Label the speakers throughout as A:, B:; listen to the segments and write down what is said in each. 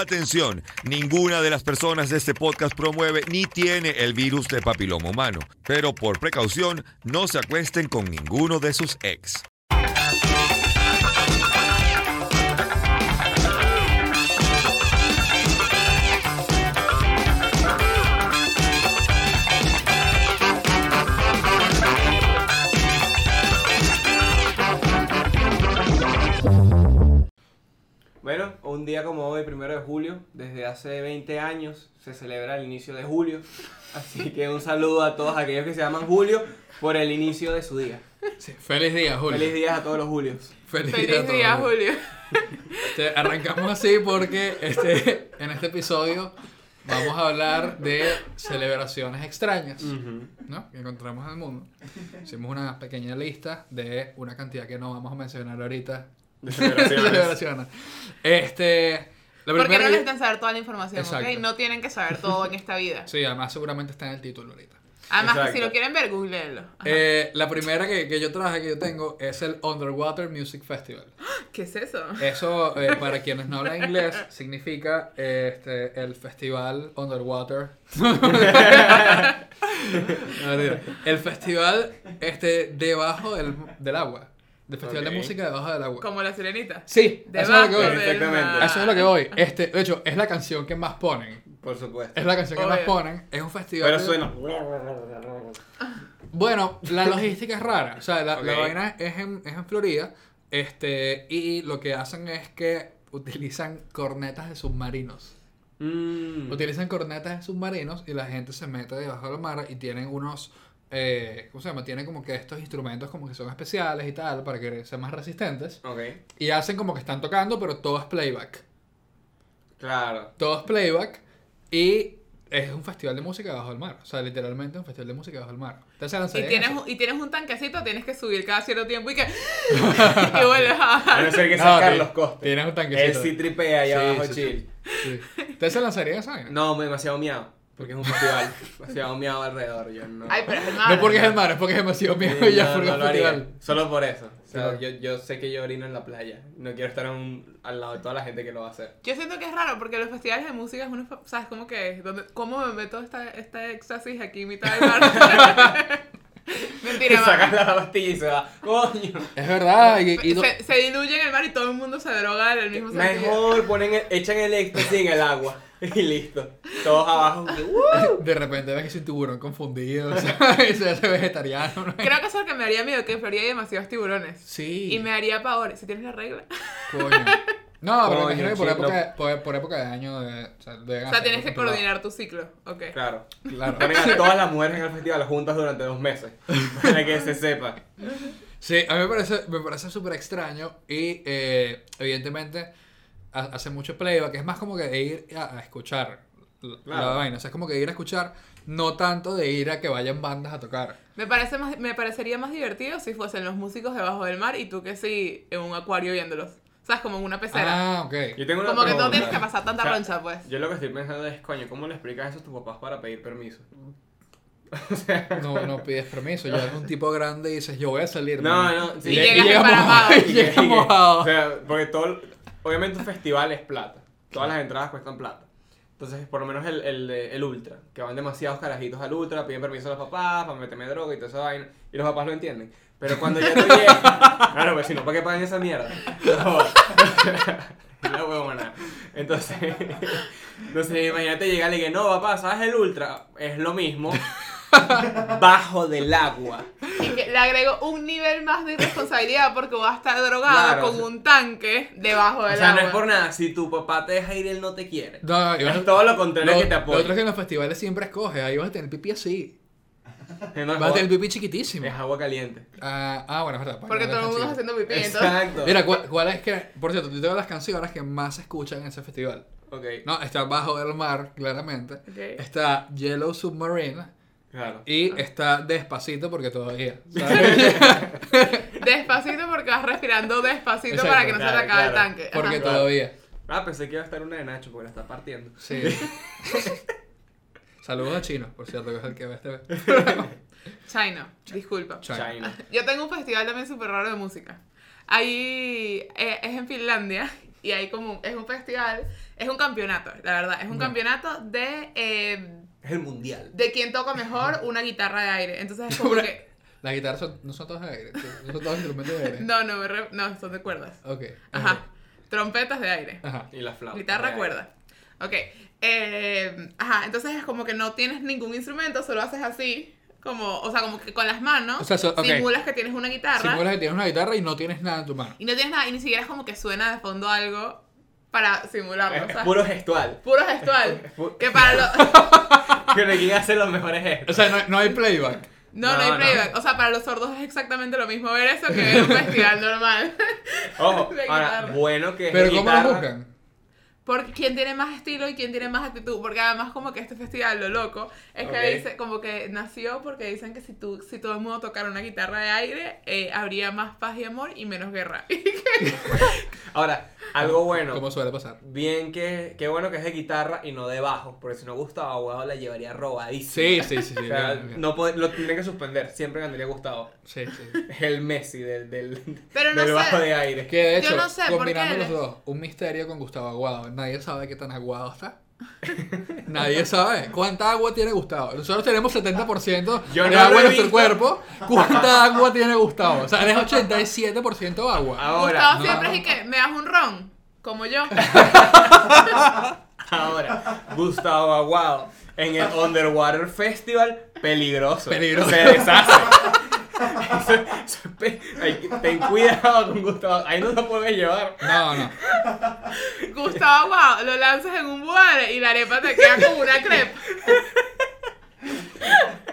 A: Atención, ninguna de las personas de este podcast promueve ni tiene el virus de papiloma humano, pero por precaución no se acuesten con ninguno de sus ex.
B: Bueno, un día como hoy, primero de julio, desde hace 20 años se celebra el inicio de julio. Así que un saludo a todos aquellos que se llaman Julio por el inicio de su día.
C: Sí, Feliz día, Julio.
B: Feliz día a todos los Julios.
C: Feliz día a
D: Feliz
C: todos.
D: día, Julio.
C: Este, arrancamos así porque este, en este episodio vamos a hablar de celebraciones extrañas ¿no? que encontramos en el mundo. Hicimos una pequeña lista de una cantidad que no vamos a mencionar ahorita. Celebraciones. Este, la
D: Porque
C: primera
D: no
C: que-
D: necesitan saber toda la información, ¿ok?
C: Exacto.
D: No tienen que saber todo en esta vida.
C: Sí, además seguramente está en el título ahorita.
D: Además, que si
B: Exacto.
D: lo quieren ver, googleenlo. Ajá.
C: Eh, la primera que, que yo traje, que yo tengo, es el Underwater Music Festival.
D: ¿Qué es eso?
C: Eso, eh, para quienes no hablan inglés, significa eh, este, el festival underwater. No, mentira. el festival este, debajo del, del agua. El festival
B: Ok.
C: de música debajo del agua.
D: Como la sirenita.
C: Sí, eso es lo que
D: Debajo
C: voy.
D: del
B: Exactamente.
D: mar.
C: A Eso es lo que voy. Este, de hecho, es la canción que más ponen.
B: Por supuesto.
C: Es la canción que más
D: Obvio.
C: ponen. Es un festival.
B: Pero
C: de-
B: suena.
C: Bueno, la logística es rara. O sea, la, la
B: Ok.
C: vaina es en, es en Florida. Este, y lo que hacen es que utilizan cornetas de submarinos.
B: Mm.
C: Utilizan cornetas de submarinos y la gente se mete debajo del mar y tienen unos. Eh, ¿Cómo se llama? Tienen como que estos instrumentos como que son especiales y tal para que sean más resistentes.
B: Ok,
C: Y hacen como que están tocando, pero todo es playback.
B: claro.
C: Todo es playback y es un festival de música debajo del mar. O sea, literalmente un festival de música debajo del mar. Entonces,
D: Y
C: lanzarían
D: tienes,
C: eso.
D: un- y tienes un tanquecito, tienes que subir cada cierto tiempo y que. y vuelves a
B: A
D: bajar.
B: no ser que
C: No,
B: sea Carlos
C: ti-
B: Costa.
C: Tienes un
B: Él
C: tanquecito.
B: sí tripea allá
C: Sí,
B: abajo,
C: sí, sí.
B: chill.
C: Sí. ¿Ustedes se lanzarían esa vaina?
B: No, demasiado miado. Porque es un festival. demasiado miado alrededor. Yo no.
D: Ay, pero es el mar.
C: No porque es el mar, es porque es demasiado
B: Sí,
C: miedo y ya
B: no,
C: fue
B: no
C: un
B: lo haría.
C: festival.
B: Solo por eso. O sea,
C: Claro.
B: yo, yo sé que yo orino en la playa. No quiero estar en un- al lado de toda la gente que lo va a hacer.
D: Yo siento que es raro porque los festivales de música es uno, ¿sabes cómo que es? Donde- ¿Cómo me meto esta, esta éxtasis aquí en mitad del mar?
B: Y
D: Mentira,
B: sacas
D: mamá.
B: la pastilla y se va. ¡Coño!
C: Es verdad. Y, y-
D: Se, se diluye en el mar y todo el mundo se droga en el mismo sentido.
B: Mejor ponen el- echan el éxtasis en el agua. Y listo. Todos abajo. que, "Uh".
C: de repente ves que es un tiburón confundido, ¿sabes? se hace vegetariano. ¿no?
D: Creo que eso es lo que me haría miedo, que en Florida hay demasiados tiburones.
C: Sí.
D: Y me haría pavor. Si tienes la regla.
B: Ah,
C: Coño. No, pero me
B: Coño,
C: imagino que por
B: chico.
C: época, por, por época de año de, o sea, deben
D: O sea,
C: hacer
D: tienes que
C: algo controlado.
D: coordinar tu ciclo. Ok.
B: Claro.
C: Claro.
B: Ponen a todas las mujeres en el festival juntas durante dos meses. Para que se sepa.
C: Sí, a mí me parece me parece súper extraño y eh, evidentemente ha- hace mucho playback. Es más como que de ir a, a escuchar la, la
B: Claro.
C: vaina. O sea, es como que ir a escuchar, no tanto de ir a que vayan bandas a tocar.
D: Me, parece más, me parecería más divertido si fuesen los músicos debajo del mar y tú que sí en un acuario viéndolos. ¿Sabes? Como en una pecera.
C: Ah, ok.
B: Yo tengo una
D: Como que no
B: pregunta.
D: tienes que pasar tanta
B: O sea,
D: roncha, pues.
B: Yo lo que estoy pensando es, coño, ¿cómo le explicas eso a tus papás para pedir permiso?
C: No, no pides permiso. Ya eres un tipo grande y dices, yo voy a salir.
B: No,
C: mamá".
B: no.
D: Y llegas embarazado.
C: mojado, y llegas mojado.
B: O sea, porque todo. Obviamente, un festival es plata. Todas las entradas cuestan plata. Entonces, por lo menos el, el, de- el ultra, que van demasiados carajitos al ultra, piden permiso a los papás para meterme droga y toda esa vaina. Y los papás lo entienden. Pero cuando ya tú llegas. Claro, pues si no, ¿para qué pagan esa mierda? No, no huevona. Entonces, entonces, imagínate llegarle y que no, papá, ¿sabes el ultra? Es lo mismo. Bajo del agua.
D: Y que le agrego un nivel más de irresponsabilidad porque voy a estar drogado
B: Claro, o
D: con
B: sea-
D: un tanque debajo del
B: O sea, no
D: agua.
B: es por nada. Si tu papá te deja ir, él no te quiere.
C: No, y vas-
B: Es todo lo contrario
C: lo-
B: que te
C: lo otro es
B: apoya.
C: que en los festivales siempre escoges. Ahí vas a tener pipí así.
B: No, es,
C: Vas a
B: agua,
C: tener pipí chiquitísimo.
B: es agua caliente.
C: Ah, ah, bueno, es verdad.
D: Porque todo el mundo está
C: hace
D: haciendo pipí. Entonces,
B: Exacto.
C: Mira, ¿cuál, cuál es que. Por cierto, yo tengo las canciones que más se escuchan en ese festival.
B: Ok,
C: No, está Bajo del Mar, claramente.
D: Ok.
C: Está Yellow Submarine.
B: claro.
D: Ah.
C: Y está Despacito porque todavía. ¿sabes?
D: despacito porque vas respirando despacito
C: Exacto,
D: para que no se
B: claro,
D: te acabe el
B: claro.
D: tanque. Ajá.
C: porque
B: Ajá.
C: todavía.
B: Ah, pensé que iba a estar una de Nacho porque la está partiendo.
C: Sí. Saludos a Chino, por cierto, que es el que ve este.
D: China, disculpa.
C: China.
B: China.
D: Yo tengo un festival también súper raro de música. Ahí eh, es en Finlandia y hay como un- es un festival Es un campeonato, la verdad. Es un campeonato de, eh,
B: Es el mundial.
D: de quien toca mejor una guitarra de aire. Entonces es como
C: Una-
D: que.
C: Las guitarras son- no son todas de aire, no son todos instrumentos de aire.
D: No, no, me re- no, son de cuerdas.
C: Ok. Ah,
D: Ajá. Trompetas de aire.
C: Ajá.
B: Y la flauta.
D: Guitarra,
B: Real.
D: cuerda. Ok. eh, ajá, entonces es como que no tienes ningún instrumento, solo haces así, como, o sea, como que con las manos
C: O sea, so- ok.
D: simulas que tienes una guitarra
C: Simulas que tienes una guitarra y no tienes nada en tu mano.
D: y no tienes nada, y ni siquiera es como que suena de fondo algo para simularlo, o
B: Es
D: sea,
B: puro gestual.
D: puro gestual.
B: es pu-
D: que para los...
B: Pero quien hace los mejores gestos.
C: O sea, no, no hay playback.
D: No, no,
B: No,
D: hay
B: no.
D: playback. O sea, para los sordos es exactamente lo mismo ver eso que ver un festival normal.
B: Ojo,
D: La
B: ahora,
D: guitarra.
B: bueno que es
C: Pero ¿cómo lo
B: guitarra.
C: buscan?
D: Porque quién tiene más estilo y quién tiene más actitud. Porque además como que este festival, lo loco, es
B: Ok.
D: que dice, como que nació porque dicen que si tú, si todo el mundo tocara una guitarra de aire, eh, habría más paz y amor y menos guerra.
B: Ahora, algo bueno.
C: Como suele pasar.
B: Bien que, qué bueno que es de guitarra y no de bajo, porque si no Gustavo Aguado la llevaría robadísima.
C: Sí, sí, sí. Sí,
B: O sea,
C: bien, bien.
B: no pod- lo tendría que suspender, siempre ganaría Gustavo.
C: sí, sí.
B: Es el Messi del, del,
D: Pero no
B: del bajo
D: sé.
B: de aire.
C: Que de
D: Yo
C: hecho,
D: no sé, ¿por
C: combinando
D: qué?
C: los dos, un misterio con Gustavo Aguado. Nadie sabe qué tan aguado está. Nadie sabe cuánta agua tiene Gustavo. Nosotros tenemos 70%
B: Yo
C: de
B: no lo
C: agua
B: he
C: en nuestro
B: visto.
C: cuerpo. ¿Cuánta agua tiene Gustavo? O sea, eres 87% agua.
B: Ahora,
D: Gustavo siempre es y que me das un ron, como yo.
B: ahora, Gustavo Aguado en el Underwater Festival, peligroso.
C: Peligroso.
B: Se deshace. Eso- eso es pe- hay que- ten cuidado con Gustavo, ahí no lo puedes llevar.
C: No, no.
D: Gustavo, wow, lo lanzas en un buare y la arepa te queda como una crepa.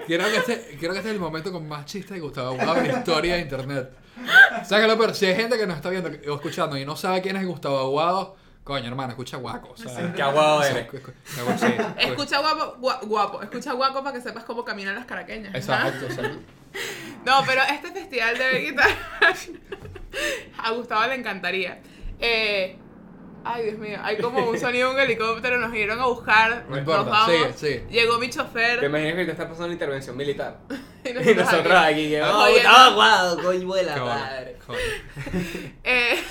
C: Creo que, este, creo que este es el momento con más chistes de Gustavo Aguado en la historia de internet. Sácalo, pero si hay gente que nos está viendo o escuchando y no sabe quién es Gustavo Aguado, coño, hermano, escucha guaco. O sea,
B: Qué aguado
C: o sea,
B: eres.
C: escu- escu- guaco, sí.
D: Escucha guapo, gua- guapo, escucha guapo para que sepas cómo caminan las caraqueñas. ¿ah?
C: Exacto, exacto.
D: No, pero este festival de guitarra a Gustavo le encantaría. Eh, ay, Dios mío, hay como un sonido de un helicóptero, nos vinieron a buscar,
C: No importa,
D: nos vamos.
C: sigue, sigue.
D: Llegó mi
B: Te
D: chofer
B: imaginas que te está pasando una intervención militar.
D: y
B: Y nosotros
D: aquí.
B: aquí, que
D: Ah,
B: "Oh,
D: oye,
B: Gustavo
D: no.
B: Aguado, coño, vuela,
C: Qué bueno,
B: madre".
C: qué bueno.
D: Eh,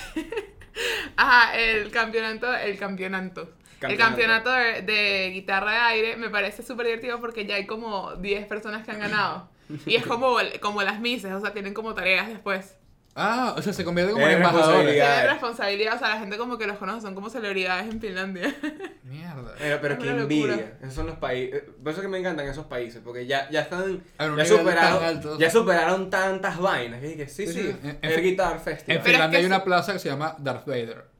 D: ajá, el campeonato, el campeonato. El
B: Campeonato.
D: campeonato de, de guitarra de aire me parece súper divertido porque ya hay como 10 personas que han ganado. Y es como, como las mises, o sea, tienen como tareas después.
C: Ah, o sea, se convierte como
B: Es
C: en embajador.
B: responsabilidad.
C: eh.
D: Tienen responsabilidad, o sea, la gente como que los conoce, son como celebridades en Finlandia.
C: Mierda.
B: Pero, pero
D: Es
B: qué
D: una locura.
B: envidia. Esos son los países. Por eso que me encantan esos países, porque ya, ya están.
C: A un
B: Ya
C: nivel tan alto.
B: superaron, ya superaron tantas vainas. Y dije, sí,
C: Sí,
B: sí,
C: sí. En- en
B: el
C: fin-
B: Guitar
C: En
B: Festival.
D: fin-
C: Finlandia
D: que
C: hay una
D: sí.
C: plaza que se llama Darth Vader.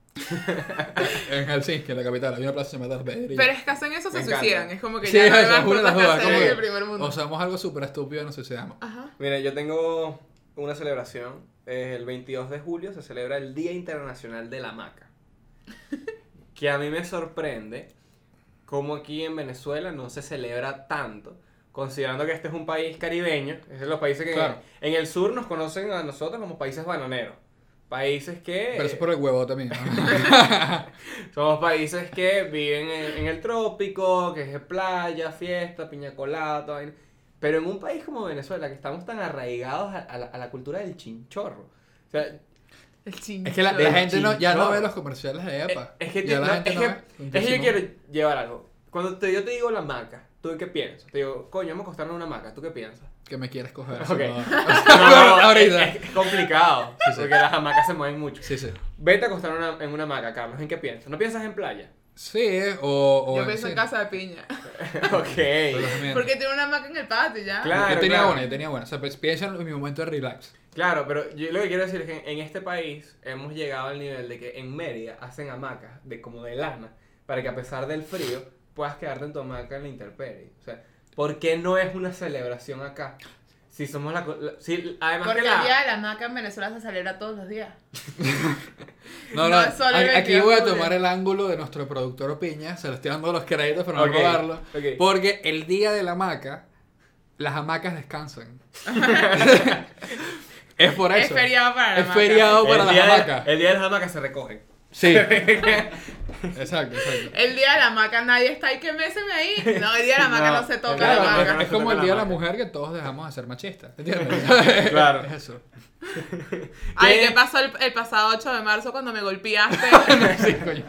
C: en Helsinki, en la capital, hay una plaza que se llama Darth Vader. y-
D: Pero es que hacen eso, se
B: Me encanta.
D: suicidan. Es como que
C: sí,
D: ya
C: eso,
D: no hay más
C: una de las
D: cosas que
C: dos,
D: hacer
C: como
D: en
C: que
D: el primer mundo.
C: Usamos algo súper estúpido y no sé si se llama.
D: Ajá.
B: Mira, yo tengo una celebración. eh, El 22 de julio se celebra el Día Internacional de la Maca. que a mí me sorprende cómo aquí en Venezuela no se celebra tanto. Considerando que este es un país caribeño, es de los países que
C: Claro.
B: en el sur nos conocen a nosotros como países bananeros. Países que.
C: Pero eso es por el huevo también. ¿no?
B: Somos países que viven en, en el trópico, que es playa, fiesta, piña colada, toda vaina. Pero en un país como Venezuela, que estamos tan arraigados a, a la, a la cultura del chinchorro. O sea, eh,
D: El chingo.
C: es que la, la
B: El
C: gente no, ya no
B: chinchorro.
C: ve los comerciales de EPA.
B: eh, es que, te-
C: Ya la
B: no,
C: gente
B: es,
C: no
B: que-
C: ve.
B: es que yo
C: Entonces,
B: quiero llevar algo. Cuando te- yo te digo la maca, ¿tú qué piensas? Te digo, coño, vamos a acostarnos en una maca, ¿tú qué piensas?
C: Que me quieres coger.
B: Ok.
C: eso no.
B: es,
C: Ahorita.
B: es complicado,
C: Sí, sí.
B: porque las hamacas se mueven mucho.
C: Sí, sí.
B: Vete a acostar en una- en una hamaca, Carlos, ¿en qué piensas? ¿No piensas en playa?
C: Sí, o. o
D: Yo pienso en
C: sí.
D: casa de piña.
B: ok.
C: Pero también.
D: Porque tiene una hamaca en el patio ya.
B: Claro.
C: yo tenía
B: claro.
C: una, yo tenía una. O sea, pues, piensa en mi momento de relax.
B: Claro, pero yo lo que quiero decir es que en este país hemos llegado al nivel de que en Mérida hacen hamacas de como de lana para que a pesar del frío puedas quedarte en tu hamaca en la intemperie. O sea, ¿por qué no es una celebración acá? Si somos la, co- la- si además
D: Porque
B: que
D: el día
B: la
D: de la hamaca en Venezuela se celebra todos los días.
C: No, no,
D: No, es solo el
C: a- aquí
D: 22
C: voy a
D: de
C: tomar
D: julio.
C: el ángulo de nuestro productor Opiña, se lo estoy dando los créditos para no
B: Ok,
C: robarlo,
B: ok.
C: porque el día de la hamaca, las hamacas descansan. es por
D: Es
C: eso.
D: feriado para la
C: Es
D: hamaca.
C: feriado para
B: el
C: las
B: día de-
C: hamacas.
B: el día de las hamacas se recogen.
C: Sí. exacto, exacto.
D: El día de la maca nadie está ahí que méseme ahí. No, el día de la maca no,
B: No,
D: se toca
B: claro,
D: la
C: Claro,
D: maca.
C: es, es como el día de la mujer que todos dejamos de ser machistas. ¿Entiendes?
B: Claro.
C: Es eso.
D: Ay,
B: ¿Qué?
D: ¿qué pasó el, el pasado 8 de marzo cuando me golpeaste?
C: Sí, coño.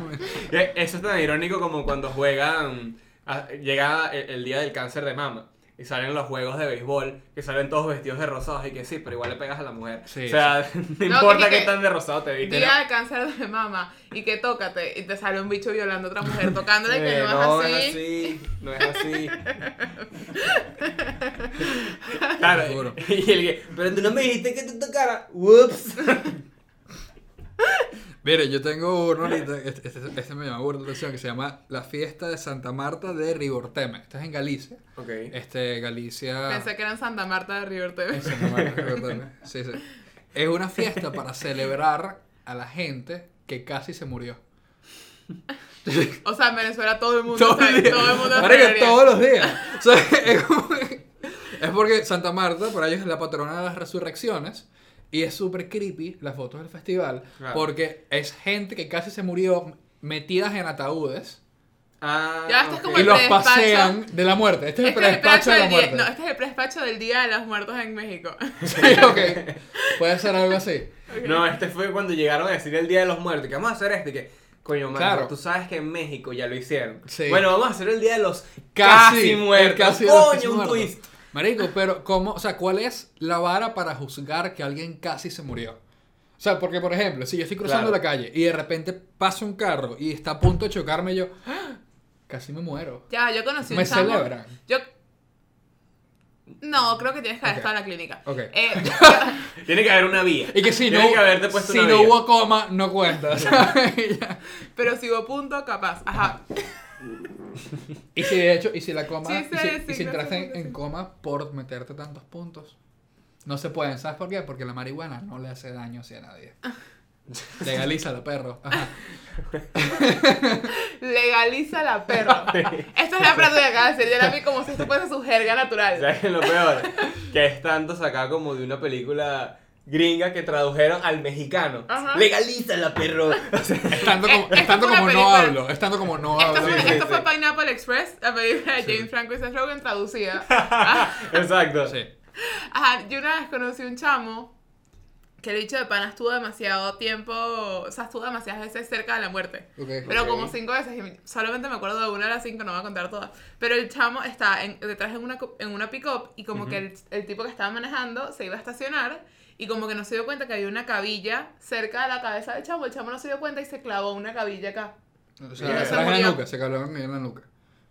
B: Que Eso es tan irónico como cuando juegan. a- Llega el, el día del cáncer de mama. Y salen los juegos de béisbol, que salen todos vestidos de rosados. Y que sí, pero igual le pegas a la mujer.
C: Sí,
B: o sea, no
D: No,
B: importa
D: que-
B: qué
D: que-
B: tan de rosado te viste.
D: Día de cáncer de mama y que tócate y te sale un bicho violando a otra mujer tocándole que
B: Eh,
D: no, es así.
B: no es así, claro,
C: Seguro.
B: y el que, pero tú no me dijiste que te tocara. Whoops.
C: Mire, yo tengo uno ahorita, este, este- este me llama burda la atención, que se llama La Fiesta de Santa Marta de Riborteme. Esto es en Galicia.
B: Ok.
C: Este, Galicia...
D: Pensé que eran Santa Marta de River
C: en
D: TV.
C: Santa Marta de Riborteme. Sí, sí. Es una fiesta para celebrar a la gente que casi se murió.
D: O sea, en Venezuela todo el mundo
C: Todo
D: sabe-
C: el día.
D: todo el mundo
C: Marico,
D: sabe.
C: todos los días. O sea, es, como que- es porque Santa Marta, para ellos, es la patrona de las resurrecciones. Y es súper creepy las fotos del festival.
B: Claro.
C: Porque es gente que casi se murió metidas en ataúdes.
B: Ah,
D: Ya, esto es como
C: Y
D: el
C: los
D: predespacho.
C: pasean de la muerte. Este es el
D: Este es el
C: predespacho de la
D: del día-
C: muerte.
D: no, este es el predespacho del Día de los Muertos en México.
C: Sí, ok. Puede ser algo así.
B: No, este fue cuando llegaron a decir el Día de los Muertos. Que vamos a hacer este. Que, coño, mano,
C: Claro.
B: tú sabes que en México ya lo hicieron.
C: Sí.
B: Bueno, vamos a hacer el Día de los
C: Casi,
B: Casi,
C: el
B: Muertos.
C: casi de los
B: coño,
C: casi
B: un
C: muertos.
B: twist.
C: Marico, pero ¿cómo? O sea, ¿cuál es la vara para juzgar que alguien casi se murió? O sea, porque por ejemplo, si yo estoy cruzando
B: Claro.
C: la calle y de repente pasa un carro y está a punto de chocarme, yo ¡Ah! casi me muero.
D: Ya, yo conocí un
C: me
D: chamo-
C: celebran.
D: Yo. No, creo que tienes que haber
C: Ok.
D: estado en la clínica.
C: Ok.
D: Eh, yo-
B: Tiene que haber una vía.
C: Y que si no,
B: Tiene que haberte puesto
C: si
B: una
C: no
B: vía.
C: hubo coma, no cuenta. ¿sabes? Y ya.
D: pero si hubo punto, capaz. Ajá.
C: y si de hecho, y si la coma,
D: Sí,
C: y
D: sí,
C: si,
D: sí,
C: y si
D: no
C: entraste
D: sé
C: en,
D: por qué
C: en
D: sí.
C: coma por meterte tantos puntos, no se pueden. ¿Sabes por qué? Porque la marihuana no le hace daño así a nadie.
D: Ah.
C: Legalízalo, perro. Ajá.
D: Legaliza la perra. Esta es la frase que acaba de decir Jeremy como si esto fuese su jerga natural.
B: ¿Sabes qué es lo peor? que es tanto sacado como de una película gringa que tradujeron al mexicano.
D: Ajá.
B: Legalízala, perro. O sea,
C: Estando
D: Eh,
C: como,
D: esto
C: estando
D: fue una
C: como no
D: película.
C: hablo, estando como no
D: Esto
C: hablo.
D: fue,
B: sí,
D: esto
B: sí.
D: fue Pineapple Express, la película de
C: Sí.
D: James Franco y Seth Rogen traducida. Ah,
B: exacto.
C: Sí.
D: Ajá, yo una vez conocí un chamo que el bicho de pana estuvo demasiado tiempo, o sea, estuvo demasiadas veces cerca de la muerte. Pero
B: Ok.
D: como cinco veces, y solamente me acuerdo de una de las cinco, no voy a contar todas. Pero el chamo está en- detrás en una, co- en una pick-up y como que el, el tipo que estaba manejando se iba a estacionar y como que no se dio cuenta que había una cabilla cerca de la cabeza del chamo. El chamo no se dio cuenta y se clavó una cabilla acá
C: O
B: Y
C: sea,
B: no se
C: atrás en la
D: murió.
C: nuca, se calaron en la nuca.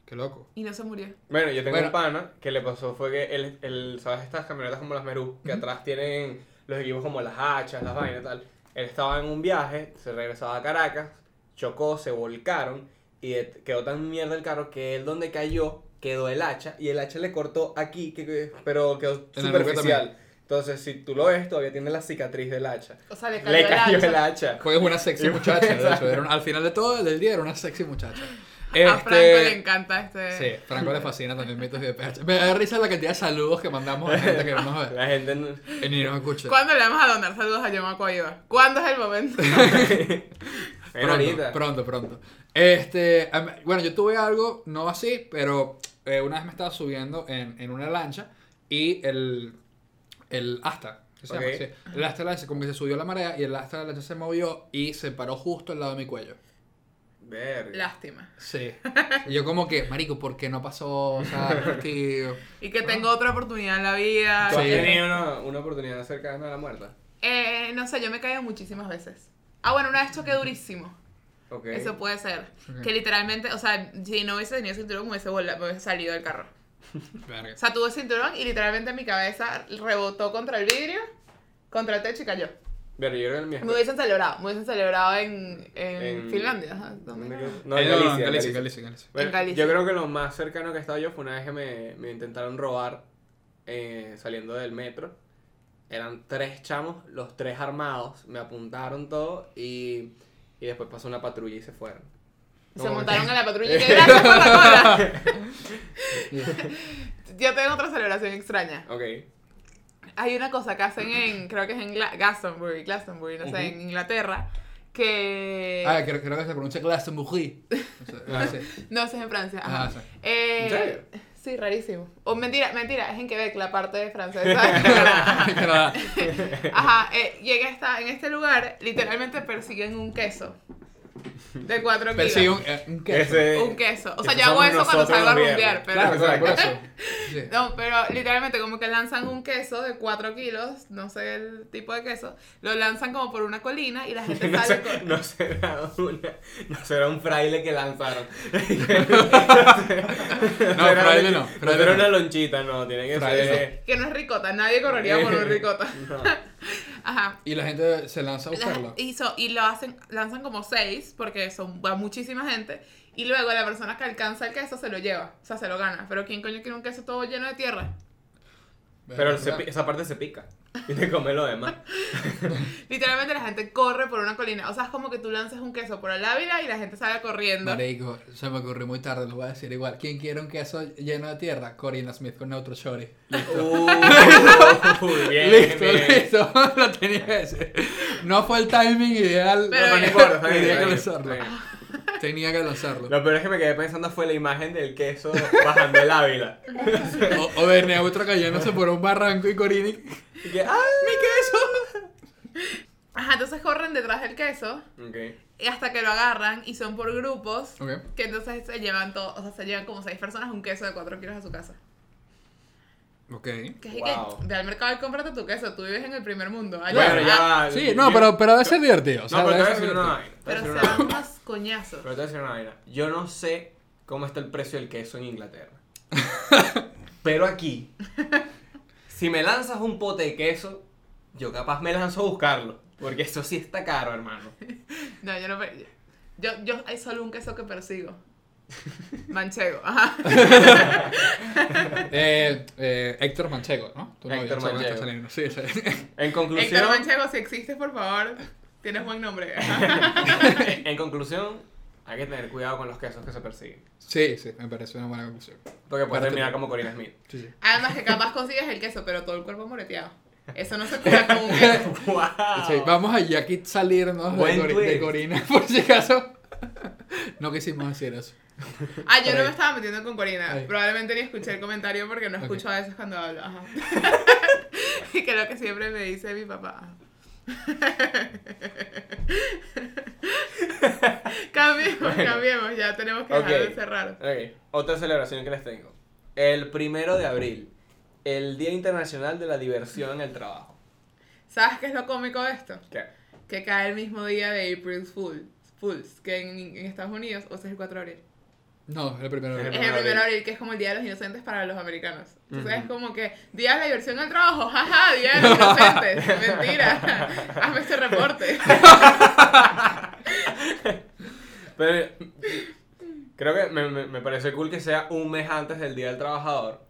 C: Qué loco.
D: y no se murió.
B: Bueno, yo tengo
C: Bueno.
B: un pana que le pasó fue que él, él, ¿sabes? Estas camionetas como las Merú, que atrás tienen los equipos como las hachas, las vainas y tal. Él estaba en un viaje, se regresaba a Caracas, chocó, se volcaron y de- quedó tan mierda el carro que él donde cayó quedó el hacha y el hacha le cortó aquí, que- que- pero quedó
C: En la nuca
B: superficial. Entonces, si tú lo ves, todavía tiene la cicatriz del hacha.
D: O sea, le cayó,
B: Le cayó
D: el
B: el
D: hacha.
B: hacha.
C: Porque es una sexy muchacha, de hecho. Era una- al final de todo del día era una sexy muchacha. Este,
D: A Franco le encanta
C: Sí,
D: este...
C: Franco le fascina también mitos de PH. Me da risa la cantidad de saludos que mandamos a gente que no nos ve.
B: La gente no-
C: Y ni nos escucha.
D: ¿Cuándo le vamos a donar saludos a Yamaco Ayuda? ¿Cuándo es el momento?
B: Ven ahorita.
C: Pronto, pronto, pronto. Este, a mí- bueno, yo tuve algo, no así, pero eh, una vez me estaba subiendo en, en una lancha y el, el asta, que se llama,
B: Ok.
C: sí, el asta de la lancha, como que se subió la marea y el asta de la lancha se movió y se paró justo al lado de mi cuello.
B: Verga.
D: Lástima.
C: Sí. Y yo como que, marico, ¿por qué no pasó? O sea, tío.
D: Y que tengo otra oportunidad en la vida.
B: ¿Tú has
C: Sí.
B: tenido una, una oportunidad cercana a la muerte?
D: Eh, no sé, yo me he caído muchísimas veces. Ah, bueno, una vez choqué durísimo.
B: Ok.
D: Eso puede ser.
C: Ok.
D: Que literalmente, o sea, si no hubiese tenido cinturón, me hubiese, volado, me hubiese salido del carro.
C: Verga.
D: O sea, tuve cinturón y literalmente mi cabeza rebotó contra el vidrio, contra el techo y cayó.
B: Pero yo creo que el mío es-
D: Me hubiesen celebrado, me hubiesen celebrado en, en
B: En-
D: Finlandia. ajá, ¿dónde
B: ¿Dónde
D: era?
B: quedó? No,
C: Eh,
B: en Galicia. en
C: Galicia,
B: Galicia.
C: Galicia, Galicia.
B: Bueno,
D: En Galicia.
B: Yo creo que lo más cercano que he estado yo fue una vez que me, me intentaron robar eh, saliendo del metro. Eran tres chamos, los tres armados, me apuntaron todo y, y después pasó una patrulla y se fueron.
D: Se
B: No,
D: montaron en la patrulla y que gracias por la cola. Yo tengo otra celebración extraña.
B: Ok.
D: Hay una cosa que hacen en, creo que es en Gla- Glastonbury, Glastonbury, no sé,
B: Ujú.
D: en Inglaterra, que...
C: Ah, creo, creo que se pronuncia Glastonbury. No sé, ah, sí.
D: No, eso es en Francia.
C: Ajá,
D: Ajá.
C: sí.
D: Eh,
B: Ah, ¿En serio?
D: Sí, rarísimo. O mentira, mentira, es en Quebec la parte de francesa.
C: Que nada.
D: Ajá, eh, llega hasta en este lugar, literalmente persiguen un queso. De cuatro kilos.
C: Persigue un, eh, un queso.
B: Ese-
D: Un queso. O sea,
B: Esos
D: yo hago
B: somos
D: eso cuando
B: nosotros
D: salgo a
B: los
D: rumbear,
B: viernes.
D: pero...
C: Claro, claro, por eso. Sí.
D: No, pero literalmente como que lanzan un queso de 4 kilos, no sé el tipo de queso, lo lanzan como por una colina y la gente
B: No, sé-
D: sale con...
B: no será una- no será un fraile que lanzaron. no, será
C: fraile
B: una-
C: no, fraile
B: será
C: no.
B: una lonchita, no, tiene que
C: Fraile
B: ser.
D: Que no es ricota, nadie correría por un ricota.
B: No.
D: Ajá.
C: Y la gente se lanza a
D: La-
C: buscarlo.
D: y, so- y lo hacen, lanzan como seis, porque son, va muchísima gente, y luego la persona que alcanza el queso se lo lleva, o sea, se lo gana. Pero ¿quién coño quiere un queso todo lleno de tierra?
B: Pero se pi- esa parte se pica. Y te come lo demás.
D: Literalmente la gente corre por una colina, o sea, es como que tú lanzas un queso por el Ávila y la gente sale corriendo.
C: Marico, se me ocurrió muy tarde, lo voy a decir igual. ¿Quién quiere un queso lleno de tierra? Corina Smith con Neutro Shorty.
B: Uy, bien,
C: listo,
B: bien.
C: listo. lo tenía ese. No fue el timing ideal.
D: Pero-
B: No, no importa, está bien,
C: tenía
B: está
C: que
B: bien,
C: lanzarlo.
B: está bien.
C: Tenía que lanzarlo.
B: Lo peor es que me quedé pensando fue la imagen del queso bajando el ávila.
C: O, o de Neutro cayéndose por un barranco y Corina. y-
B: Y que, ¡ah, mi
D: Ajá, entonces corren detrás del queso
B: queso! Ok.
D: y hasta que lo agarran y son por grupos.
C: Ok.
D: Que entonces se llevan todo, o sea, se llevan como seis personas un queso de 4 kilos a su casa.
C: Ok.
D: Que es y
B: Wow.
D: que ve al mercado y cómprate tu queso, tú vives en el primer mundo. allá.
B: Bueno, ya
D: Ah,
B: va.
C: Sí, no, pero, pero debe ser divertido. o sea,
B: No, pero te voy a
C: debe ser
B: decir una
C: divertido.
B: vaina. te voy a
D: Pero
B: decir
D: se
B: una
D: dan
B: vaina.
D: unos coñazos.
B: Pero te voy a decir una vaina. Yo no sé cómo está el precio del queso en Inglaterra. Pero aquí, si me lanzas un pote de queso, yo capaz me lanzo a buscarlo. Porque eso sí está caro, hermano.
D: No, yo no. per- Yo, yo hay solo un queso que persigo. Manchego. Ajá.
C: Eh, eh, Héctor Manchego, ¿no? Tu novio,
B: Héctor
C: Samuel
B: Manchego.
C: Castellano. Sí, sí.
B: En conclusión,
D: Héctor Manchego, si existes, por favor, tienes buen nombre.
B: en conclusión, hay que tener cuidado con los quesos que se persiguen.
C: Sí, sí, me parece una buena conclusión.
B: Porque puede
C: Para
B: terminar
C: que-
B: como Corina Smith.
C: Sí, sí.
D: Además, que capaz consigues el queso, pero todo el cuerpo moreteado. Eso no se cura con un queso.
B: ¡Wow!
C: Sí, vamos a ya aquí salirnos de,
B: Buen
C: Cori-
B: twist.
C: de Corina, por si acaso. No quisimos hacer eso.
D: Ah, yo
C: Por
D: no
C: ahí.
D: me estaba metiendo con Corina.
C: Ahí.
D: Probablemente ni escuché el comentario porque no escucho
C: Ok.
D: a veces cuando hablo. Ajá. y que lo que siempre me dice mi papá. cambiemos, cambiemos, ya tenemos que dejar
B: Ok.
D: de cerrar.
B: Ok, otra celebración que les tengo. El primero de abril, el Día Internacional de la Diversión en el Trabajo.
D: ¿Sabes qué es lo cómico de esto?
B: ¿Qué?
D: Que cae el mismo día de April Fools, Fools que en, en Estados Unidos, o sea, es el 4 de abril.
C: No, es el primero.
B: Es
D: Es
B: el
D: el
B: primero de
D: 1 de
B: abril.
D: abril, que es como el Día de los Inocentes para los americanos. Entonces
B: Ujú.
D: es como que, Día de la diversión al trabajo, jaja, Día de los Inocentes, mentira, hazme este reporte.
B: Pero creo que me, me, me pareció cool que sea un mes antes del Día del Trabajador.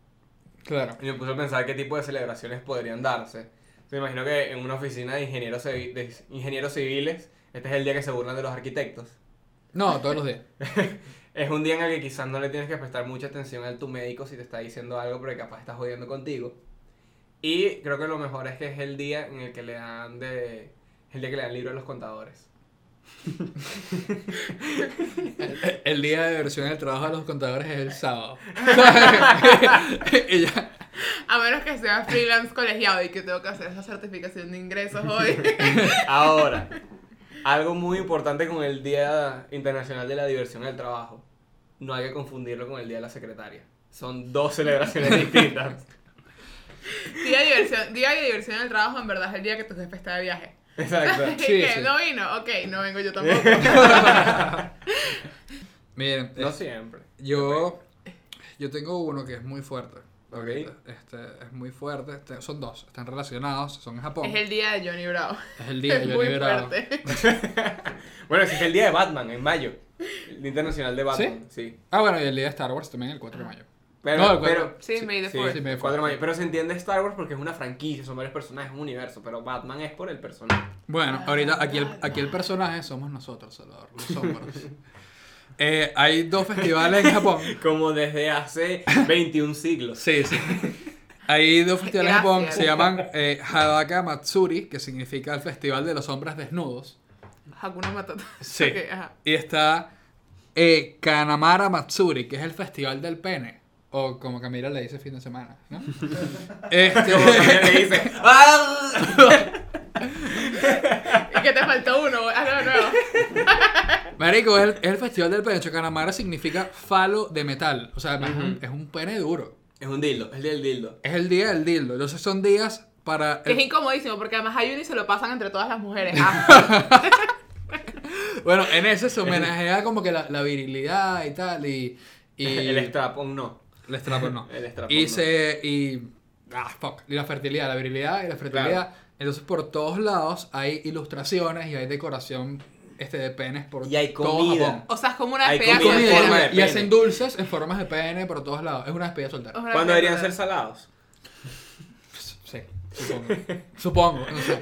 C: Claro.
B: Y me puse a pensar qué tipo de celebraciones podrían darse. Me imagino que en una oficina de ingenieros, civi- de ingenieros civiles, este es el día que se burlan de los arquitectos.
C: No, todos los días.
B: Es un día en el que quizás no le tienes que prestar mucha atención a tu médico si te está diciendo algo, porque capaz está jodiendo contigo. Y creo que lo mejor es que es el día en el que le dan de. El día que le dan libro a los contadores.
C: El, eh, el día de diversión del trabajo de los contadores es el sábado. y ya.
D: A menos que sea freelance colegiado y que tengo que hacer esa certificación de ingresos hoy.
B: Ahora, algo muy importante con el Día Internacional de la Diversión en el Trabajo. No hay que confundirlo con el Día de la Secretaria. Son dos celebraciones distintas.
D: día, de diversión, día de diversión al trabajo en verdad es el día que tu jefe está de viaje.
B: Exacto.
C: Sí,
D: que
C: sí.
D: no vino, ok, no vengo yo tampoco.
C: Miren,
B: No
C: es-
B: siempre.
C: yo, yo tengo uno que es muy fuerte.
B: Ok.
C: Este, es muy fuerte. Este, son dos. Están relacionados. Son en Japón.
D: es el día de Johnny Bravo.
C: Es el día
D: Es
C: de
D: muy
C: Johnny Bravo.
D: fuerte.
B: Bueno, ese es el día de Batman, en mayo. El Día Internacional de Batman, sí.
C: Ah, bueno, y el día de Star Wars también, el 4 de mayo.
B: Pero,
C: No, el cuatro-
B: pero,
D: Sí, May the
B: Sí,
D: Fourth.
C: sí, me-
B: cuatro mayo. Pero se entiende Star Wars porque es una franquicia, son varios personajes, un universo. Pero Batman es por el personaje.
C: Bueno, ahorita aquí el, aquí el personaje somos nosotros, Salvador, los sombros. Eh, hay dos festivales en Japón.
B: Como desde hace 21 siglos.
C: Sí, sí. Hay dos festivales en Japón que se
D: Gracias.
C: llaman eh, Hadaka Matsuri, que significa el Festival de los Hombres Desnudos,
D: Hakuna Matata.
C: Sí.
D: Ok, ajá.
C: Y está eh, Kanamara Matsuri, que es el festival del pene. O como Camila le dice fin de semana, ¿no? este,
B: También le dice, "Ah".
D: Y que te faltó uno, hazlo de nuevo.
C: Marico, es el, es el festival del pene. Kanamara significa falo de metal. O sea, es un- es un pene duro.
B: Es un dildo, es el del dildo.
C: Es el día del dildo. Entonces son días para...
D: Que
C: el-
D: es incomodísimo porque además a Yuni se lo pasan entre todas las mujeres. Ah,
C: Bueno, en ese se homenajea como que la, la virilidad y tal. Y, y
B: El strap, un no.
C: El strapón no.
B: El strapón
C: Y
B: no.
C: se. Y. Ah, fuck. Y la fertilidad, la virilidad y la fertilidad.
B: Claro.
C: Entonces, por todos lados hay ilustraciones y hay decoración este, de penes por
B: Y hay
C: todo
B: comida.
C: Japón.
D: o sea, es como una
B: Hay
D: despedida
C: Y,
B: comida en
D: soltera.
B: forma de
C: y hacen
B: pene.
C: dulces en formas de pene por todos lados. Es una despedida
D: Es
C: soltera.
D: una
B: ¿Cuándo deberían ser
D: despedida
B: salados?
C: pues, Sí, supongo. supongo, no sé.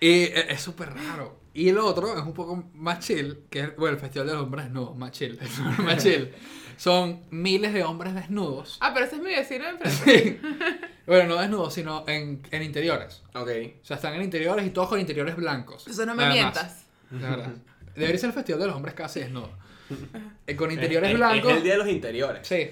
C: Y e- es súper raro. Y el otro es un poco más chill, que es bueno, el Festival de los Hombres Desnudos, más chill. más chill. Son miles de hombres desnudos.
D: Ah, pero ese es mi vecino de enfrente.
C: Sí. Bueno, no desnudos, sino en, en interiores.
B: Ok.
C: O sea, están en interiores y todos con interiores blancos.
D: Eso no me
C: Nada más.
D: mientas.
C: La verdad. Debería ser el festival de los hombres casi desnudos. Eh, Con interiores
B: Es- es-
C: blancos.
B: Es el día de los interiores.
C: Sí.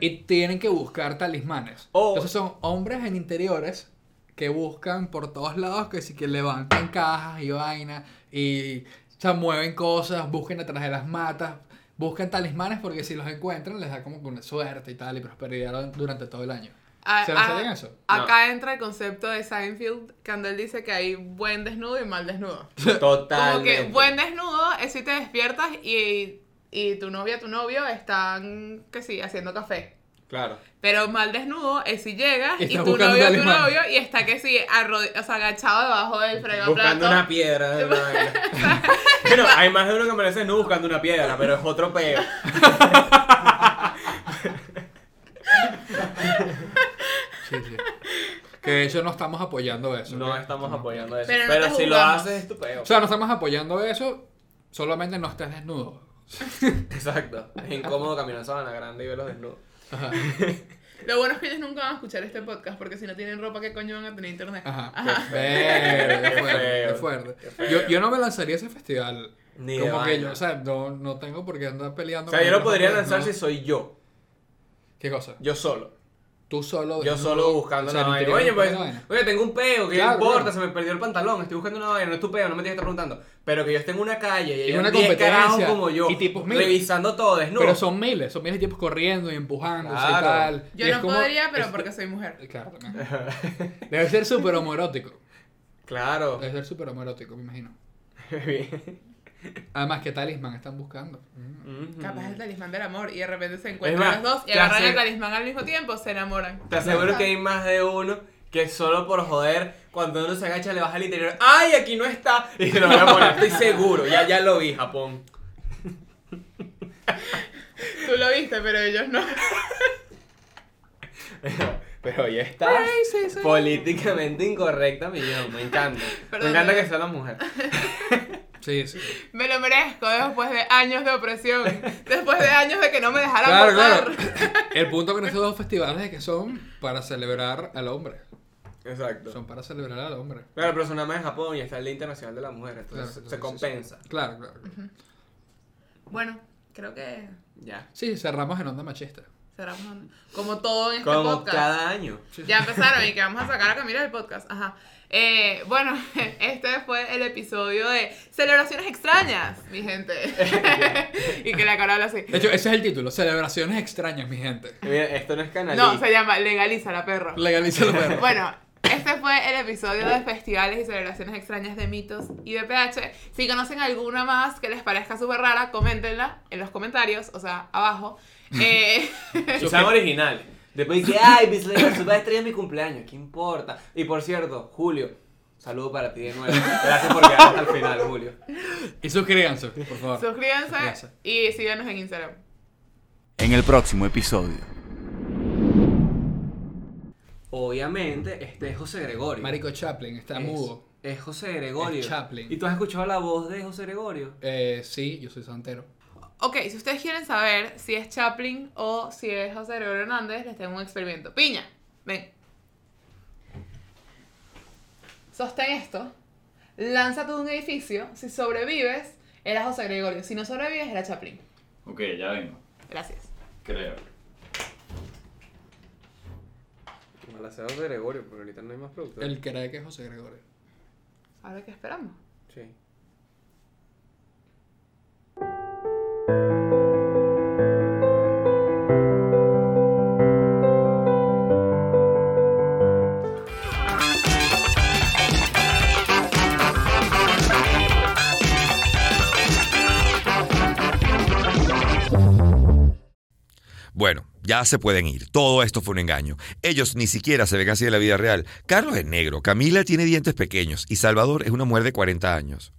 C: Y tienen que buscar talismanes.
B: O-
C: Entonces son hombres en interiores que buscan por todos lados, que sí que levantan cajas y vainas y se mueven cosas, buscan atrás de las matas, buscan talismanes porque si los encuentran les da como que una suerte y tal y prosperidad durante todo el año.
D: A-
C: ¿Se lo
D: a-
C: sabían eso?
D: Acá entra el concepto de Seinfeld, cuando él dice que hay buen desnudo y mal desnudo.
B: Total.
D: Como que buen desnudo es si te despiertas y, y tu novia, tu novio están, que sí, haciendo café.
B: Claro.
D: Pero mal desnudo es si llegas
C: Y
D: y,
C: estás
D: tu
C: buscando
D: novio, tu
C: talismán.
D: novio y está que sí, arrodi- o sea, agachado debajo del
B: Buscando
D: fregaplato.
B: una piedra. de una vaina. bueno, hay más de uno que merece no buscando una piedra, pero es otro peo.
C: Sí, sí. Que de hecho no estamos apoyando eso.
B: No
C: ¿ok?
B: estamos apoyando eso.
D: Pero
B: Pero,
D: no te
B: si lo
D: juzgamos.
B: haces es tu peo.
C: O sea, no estamos apoyando eso, solamente no estés desnudo.
B: Exacto. Es incómodo caminar a la grande y verlos desnudos.
C: Ajá.
D: Lo bueno es que ellos nunca van a escuchar este podcast porque si no tienen ropa, ¿qué coño van a tener internet?
C: Ajá.
D: Ajá.
B: Qué
C: Verga, qué fuerte,
B: feo,
C: qué fuerte.
B: qué feo.
C: Yo, yo no me lanzaría a ese festival.
B: Ni de
C: como que
B: vaina.
C: yo, o sea, no, no tengo por qué andar peleando.
B: O sea,
C: con
B: yo lo
C: otros
B: podría
C: hombres,
B: lanzar si
C: ¿no?
B: soy yo.
C: ¿Qué cosa?
B: Yo solo.
C: Tú solo.
B: Yo solo buscando
C: la
B: una vaina. Oye, pues, oye, tengo un peo, ¿qué
C: Claro,
B: importa?
C: claro.
B: Se me perdió el pantalón, estoy buscando una vaina, no es tu peo, no me tienes que estar preguntando. Pero que yo esté en una calle y
C: Es
B: hay
C: una
B: un 10
C: competencia.
B: carajos como yo,
C: Y tipos mil.
B: revisando todo desnudo.
C: Pero son miles, son miles de tipos corriendo y empujándose
B: Claro.
C: y tal.
D: Yo
C: Y es
D: no
C: como-
D: podría, pero
C: es-
D: porque soy mujer.
C: Claro, también. Debe ser súper homoerótico.
B: Claro.
C: Debe ser súper homoerótico, me imagino.
B: Bien.
C: Además, ¿qué talismán están buscando? Mm.
B: Ujú.
D: Capaz es el talismán del amor y de repente se encuentran
B: más,
D: los dos y
B: te
D: agarran
B: hace-
D: el talismán al mismo tiempo, se enamoran.
B: Te aseguro que hay más de uno que solo por joder, cuando uno se agacha le baja al interior. ¡Ay, aquí no está! Y se lo voy a poner, estoy seguro. Ya, ya lo vi, Japón.
D: Tú lo viste, pero ellos no.
B: Pero ya está. Políticamente incorrecta, mi yo. Me encanta.
D: Perdón.
B: Me encanta que sea la mujer.
C: Sí, sí.
D: Me lo merezco después de años de opresión, después de años de que no me dejaran
C: Claro,
D: votar.
C: claro. El punto con estos dos festivales es que son para celebrar al hombre.
B: Exacto.
C: Son para celebrar al hombre.
B: Claro, pero sonamos en Japón y está el Día Internacional de la Mujer, entonces
C: Claro,
B: se
C: entonces,
B: compensa.
C: Claro, claro.
D: Bueno, creo que
B: Ya.
C: Sí, cerramos en onda machista.
D: cerramos ¿no? como todo en este
B: Como
D: podcast.
B: cada año.
D: Ya empezaron y que vamos a sacar a Camila del podcast. Ajá. Eh, bueno, este fue el episodio de celebraciones extrañas, mi gente. y que la cara habla así.
C: De hecho, ese es el título. Celebraciones extrañas, mi gente.
B: Mira, esto no es canal.
D: No, se llama legaliza la perro.
C: Legaliza los perros.
D: Bueno, este fue el episodio de festivales y celebraciones extrañas de mitos y de PH. Si conocen alguna más que les parezca súper rara, coméntenla en los comentarios, o sea, abajo. Eh,
B: Que sean originales. Después dice, ay, mi estrella es mi cumpleaños, ¿qué importa? Y por cierto, Julio, saludo para ti de nuevo. Gracias por quedar hasta el final, Julio.
C: Y suscríbanse, por favor.
D: suscríbanse
C: Gracias.
D: y síganos en Instagram.
E: En el próximo episodio.
B: Obviamente, este es José Gregorio.
C: Marico Chaplin está
B: es,
C: mudo.
B: Es José Gregorio.
C: Es Chaplin.
B: ¿Y tú has escuchado la voz de José Gregorio?
C: Eh, sí, yo soy santero.
D: Ok, si ustedes quieren saber si es Chaplin o si es José Gregorio Hernández, les tengo un experimento. Piña, ven. Sostén esto. lánzate de un edificio, si sobrevives, era José Gregorio, si no sobrevives, era Chaplin.
F: Ok, ya vengo.
D: Gracias.
F: Creo.
B: Ojalá sea José Gregorio, porque ahorita no hay más productos.
C: El crack es José Gregorio.
D: Ahora qué esperamos.
B: Sí.
A: Bueno, ya se pueden ir. Todo esto fue un engaño. Ellos ni siquiera se ven así en la vida real. Carlos es negro, Camila tiene dientes pequeños y Salvador es una mujer de 40 años.